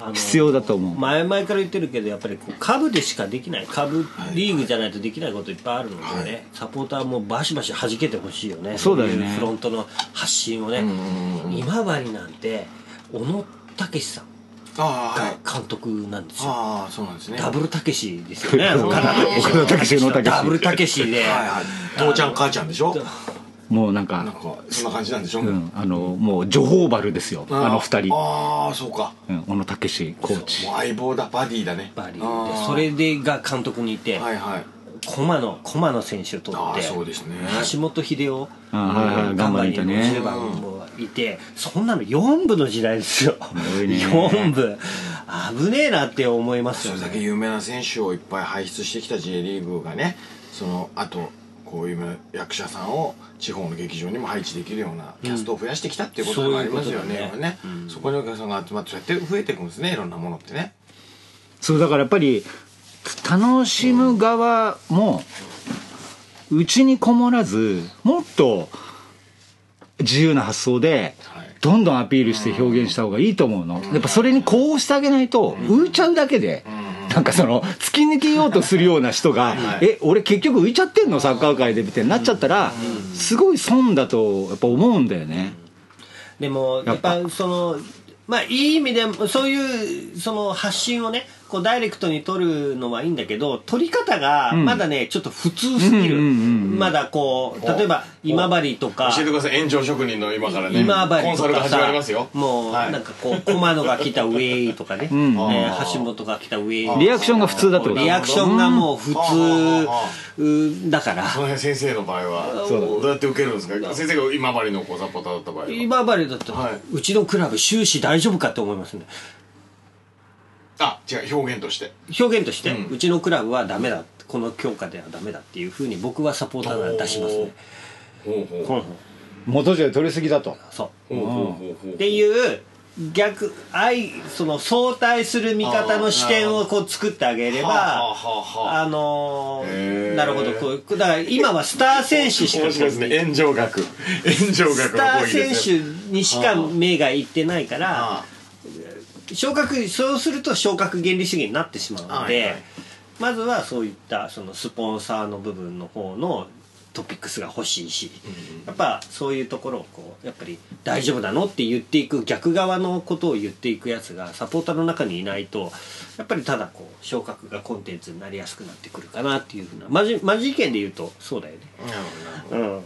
[SPEAKER 3] あの
[SPEAKER 2] 必要だと思う。
[SPEAKER 3] 前々から言ってるけどやっぱりこう株でしかできない株リーグじゃないとできないこといっぱいあるのでね、サポーターもバシバシ弾けてほしいよね
[SPEAKER 2] そうだよね
[SPEAKER 3] いフロントの発信をね、今治なんて小野武さん
[SPEAKER 1] ああは
[SPEAKER 3] が
[SPEAKER 1] い
[SPEAKER 3] 監督なんですよ
[SPEAKER 1] ああそうなんですね
[SPEAKER 3] ダブルたけしですよね
[SPEAKER 2] 岡田武史の武史
[SPEAKER 3] ダブルたけしで
[SPEAKER 1] はいはい 父ちゃん母ちゃんでしょ
[SPEAKER 2] もうなん
[SPEAKER 1] なん
[SPEAKER 2] か、
[SPEAKER 1] かそんな感じなんでしょ、
[SPEAKER 2] うん、あのもう女王バルですよあの二人。
[SPEAKER 1] ああそうか
[SPEAKER 2] うん、小野武史コーチ
[SPEAKER 1] もう相棒だバディだね
[SPEAKER 3] バリ
[SPEAKER 1] あ
[SPEAKER 3] ーで
[SPEAKER 1] ー
[SPEAKER 3] それでが監督にいて、
[SPEAKER 1] はいはい
[SPEAKER 3] 駒野駒野選手を取
[SPEAKER 1] あ
[SPEAKER 3] って
[SPEAKER 1] あそうですね
[SPEAKER 3] 橋本秀夫
[SPEAKER 2] あはいはい頑張りたね
[SPEAKER 3] 10番もいてそんなの4部の時代ですよ
[SPEAKER 2] ごいね
[SPEAKER 3] 4部危ねえなって思います
[SPEAKER 1] そ
[SPEAKER 3] よ
[SPEAKER 1] れだ
[SPEAKER 3] ね
[SPEAKER 1] け有名な選手をいっぱい輩出してきた J リーグがねそのあとこういう役者さんを地方の劇場にも配置できるようなキャストを増やしてきたっていうことがありますよ
[SPEAKER 3] そういう
[SPEAKER 1] ね,
[SPEAKER 3] こ
[SPEAKER 1] ことれ
[SPEAKER 3] だ
[SPEAKER 1] ね、そこにお客さんが集まってそうやって増えていくんですねいろんなものってね
[SPEAKER 2] そうだからやっぱり楽しむ側もうちにこもらずもっと自由な発想で
[SPEAKER 1] はい
[SPEAKER 2] どんどんアピールして表現した方がいいと思うのやっぱそれに呼応してあげないと浮いちゃうだけでなんかその突き抜けようとするような人が「え俺結局浮いちゃってんのサッカー界で」みたいになっちゃったらすごい損だとやっぱ思うんだよね。
[SPEAKER 3] でも
[SPEAKER 2] や
[SPEAKER 3] やっ
[SPEAKER 2] っぱ
[SPEAKER 3] ぱそのまあいい意味でそういうその発信をねこうダイレクトに取るのはいいんだけど取り方がまだね、ちょっと普通すぎる、
[SPEAKER 2] うんうんうん
[SPEAKER 3] まだこう例えば今治とか
[SPEAKER 1] 教えてください炎上職人の今からね
[SPEAKER 3] 今治
[SPEAKER 1] コンサルが始まりますよ
[SPEAKER 3] もう
[SPEAKER 1] はい
[SPEAKER 3] なんかこう駒野が来たウェイとかね
[SPEAKER 2] ん
[SPEAKER 3] ね橋本が来たウェイ
[SPEAKER 2] リアクションが普通だってこと
[SPEAKER 3] リアクションがもう普通だから
[SPEAKER 1] その辺先生の場合は
[SPEAKER 3] そうだ
[SPEAKER 1] どうやって受けるんですか先生が今治のこうサポーターだった場合は
[SPEAKER 3] 今治だった
[SPEAKER 1] は
[SPEAKER 3] ら
[SPEAKER 1] いう
[SPEAKER 3] ちのクラブ終始大丈夫かって思いますね
[SPEAKER 1] あ違う表現として
[SPEAKER 3] 表現として
[SPEAKER 1] うん
[SPEAKER 3] うちのクラブはダメだこの強化ではダメだっていうふうに僕はサポーターなら出しますね
[SPEAKER 1] ほうほう
[SPEAKER 3] この
[SPEAKER 2] 元じゃ取りすぎだと
[SPEAKER 3] そ
[SPEAKER 1] ほうほうほうほ
[SPEAKER 3] う
[SPEAKER 1] う
[SPEAKER 3] っていう逆愛その相対する見方の視点をこう作ってあげれば
[SPEAKER 1] はあはあはあ
[SPEAKER 3] あのー
[SPEAKER 1] へー
[SPEAKER 3] なるほどこうだから今はスター選手しか
[SPEAKER 1] 面白いですね炎上学炎上学
[SPEAKER 3] ス
[SPEAKER 1] の
[SPEAKER 3] タ
[SPEAKER 1] 講
[SPEAKER 3] ー
[SPEAKER 1] 義で
[SPEAKER 3] 選
[SPEAKER 1] すね
[SPEAKER 3] 手にしか目がいってないから
[SPEAKER 1] あ
[SPEAKER 3] 昇格そうすると昇格原理主義になってしまうので、
[SPEAKER 1] はいはい
[SPEAKER 3] まずはそういったそのスポンサーの部分の方のトピックスが欲しいし、やっぱそういうところをこうやっぱり「大丈夫なの?」って言っていく逆側のことを言っていくやつがサポーターの中にいないとやっぱりただこう昇格がコンテンツになりやすくなってくるかなっていうふうなマジマジ意見で言うとそうだよね。
[SPEAKER 1] なるほどなるほ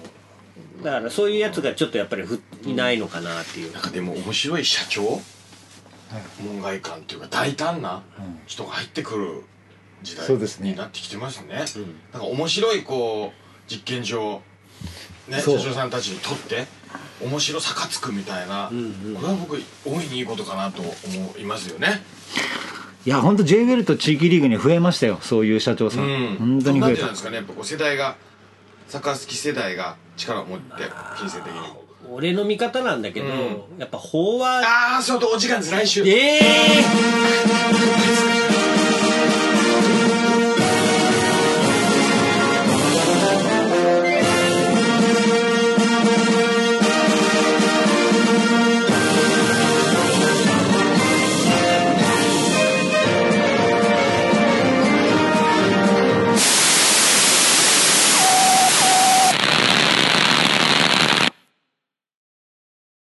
[SPEAKER 3] うん、だからそういうやつがちょっとやっぱりふいないのかなっていう、
[SPEAKER 1] どなんかでも面白い社長門外観っていうか大胆な人が入ってくる時代
[SPEAKER 2] そうですね
[SPEAKER 1] になってきてますねなんか面白いこう実験場
[SPEAKER 5] ね、社
[SPEAKER 2] そう
[SPEAKER 5] 長さんたちにとって面白さがつくみたいな、これは僕大いにいいことかなと思いますよね
[SPEAKER 2] いや本当 J ウェルと地域リーグに増えましたよそういう社長さん、
[SPEAKER 5] うん
[SPEAKER 2] 本当に増
[SPEAKER 5] そうなん
[SPEAKER 2] え
[SPEAKER 5] じゃない
[SPEAKER 2] た
[SPEAKER 5] ですかねやっぱこう世代がサッカー好き世代が力を持って金銭的にも
[SPEAKER 3] 俺の味方なんだけど、やっぱ法は
[SPEAKER 5] ああそうとお時間です来週
[SPEAKER 3] ええー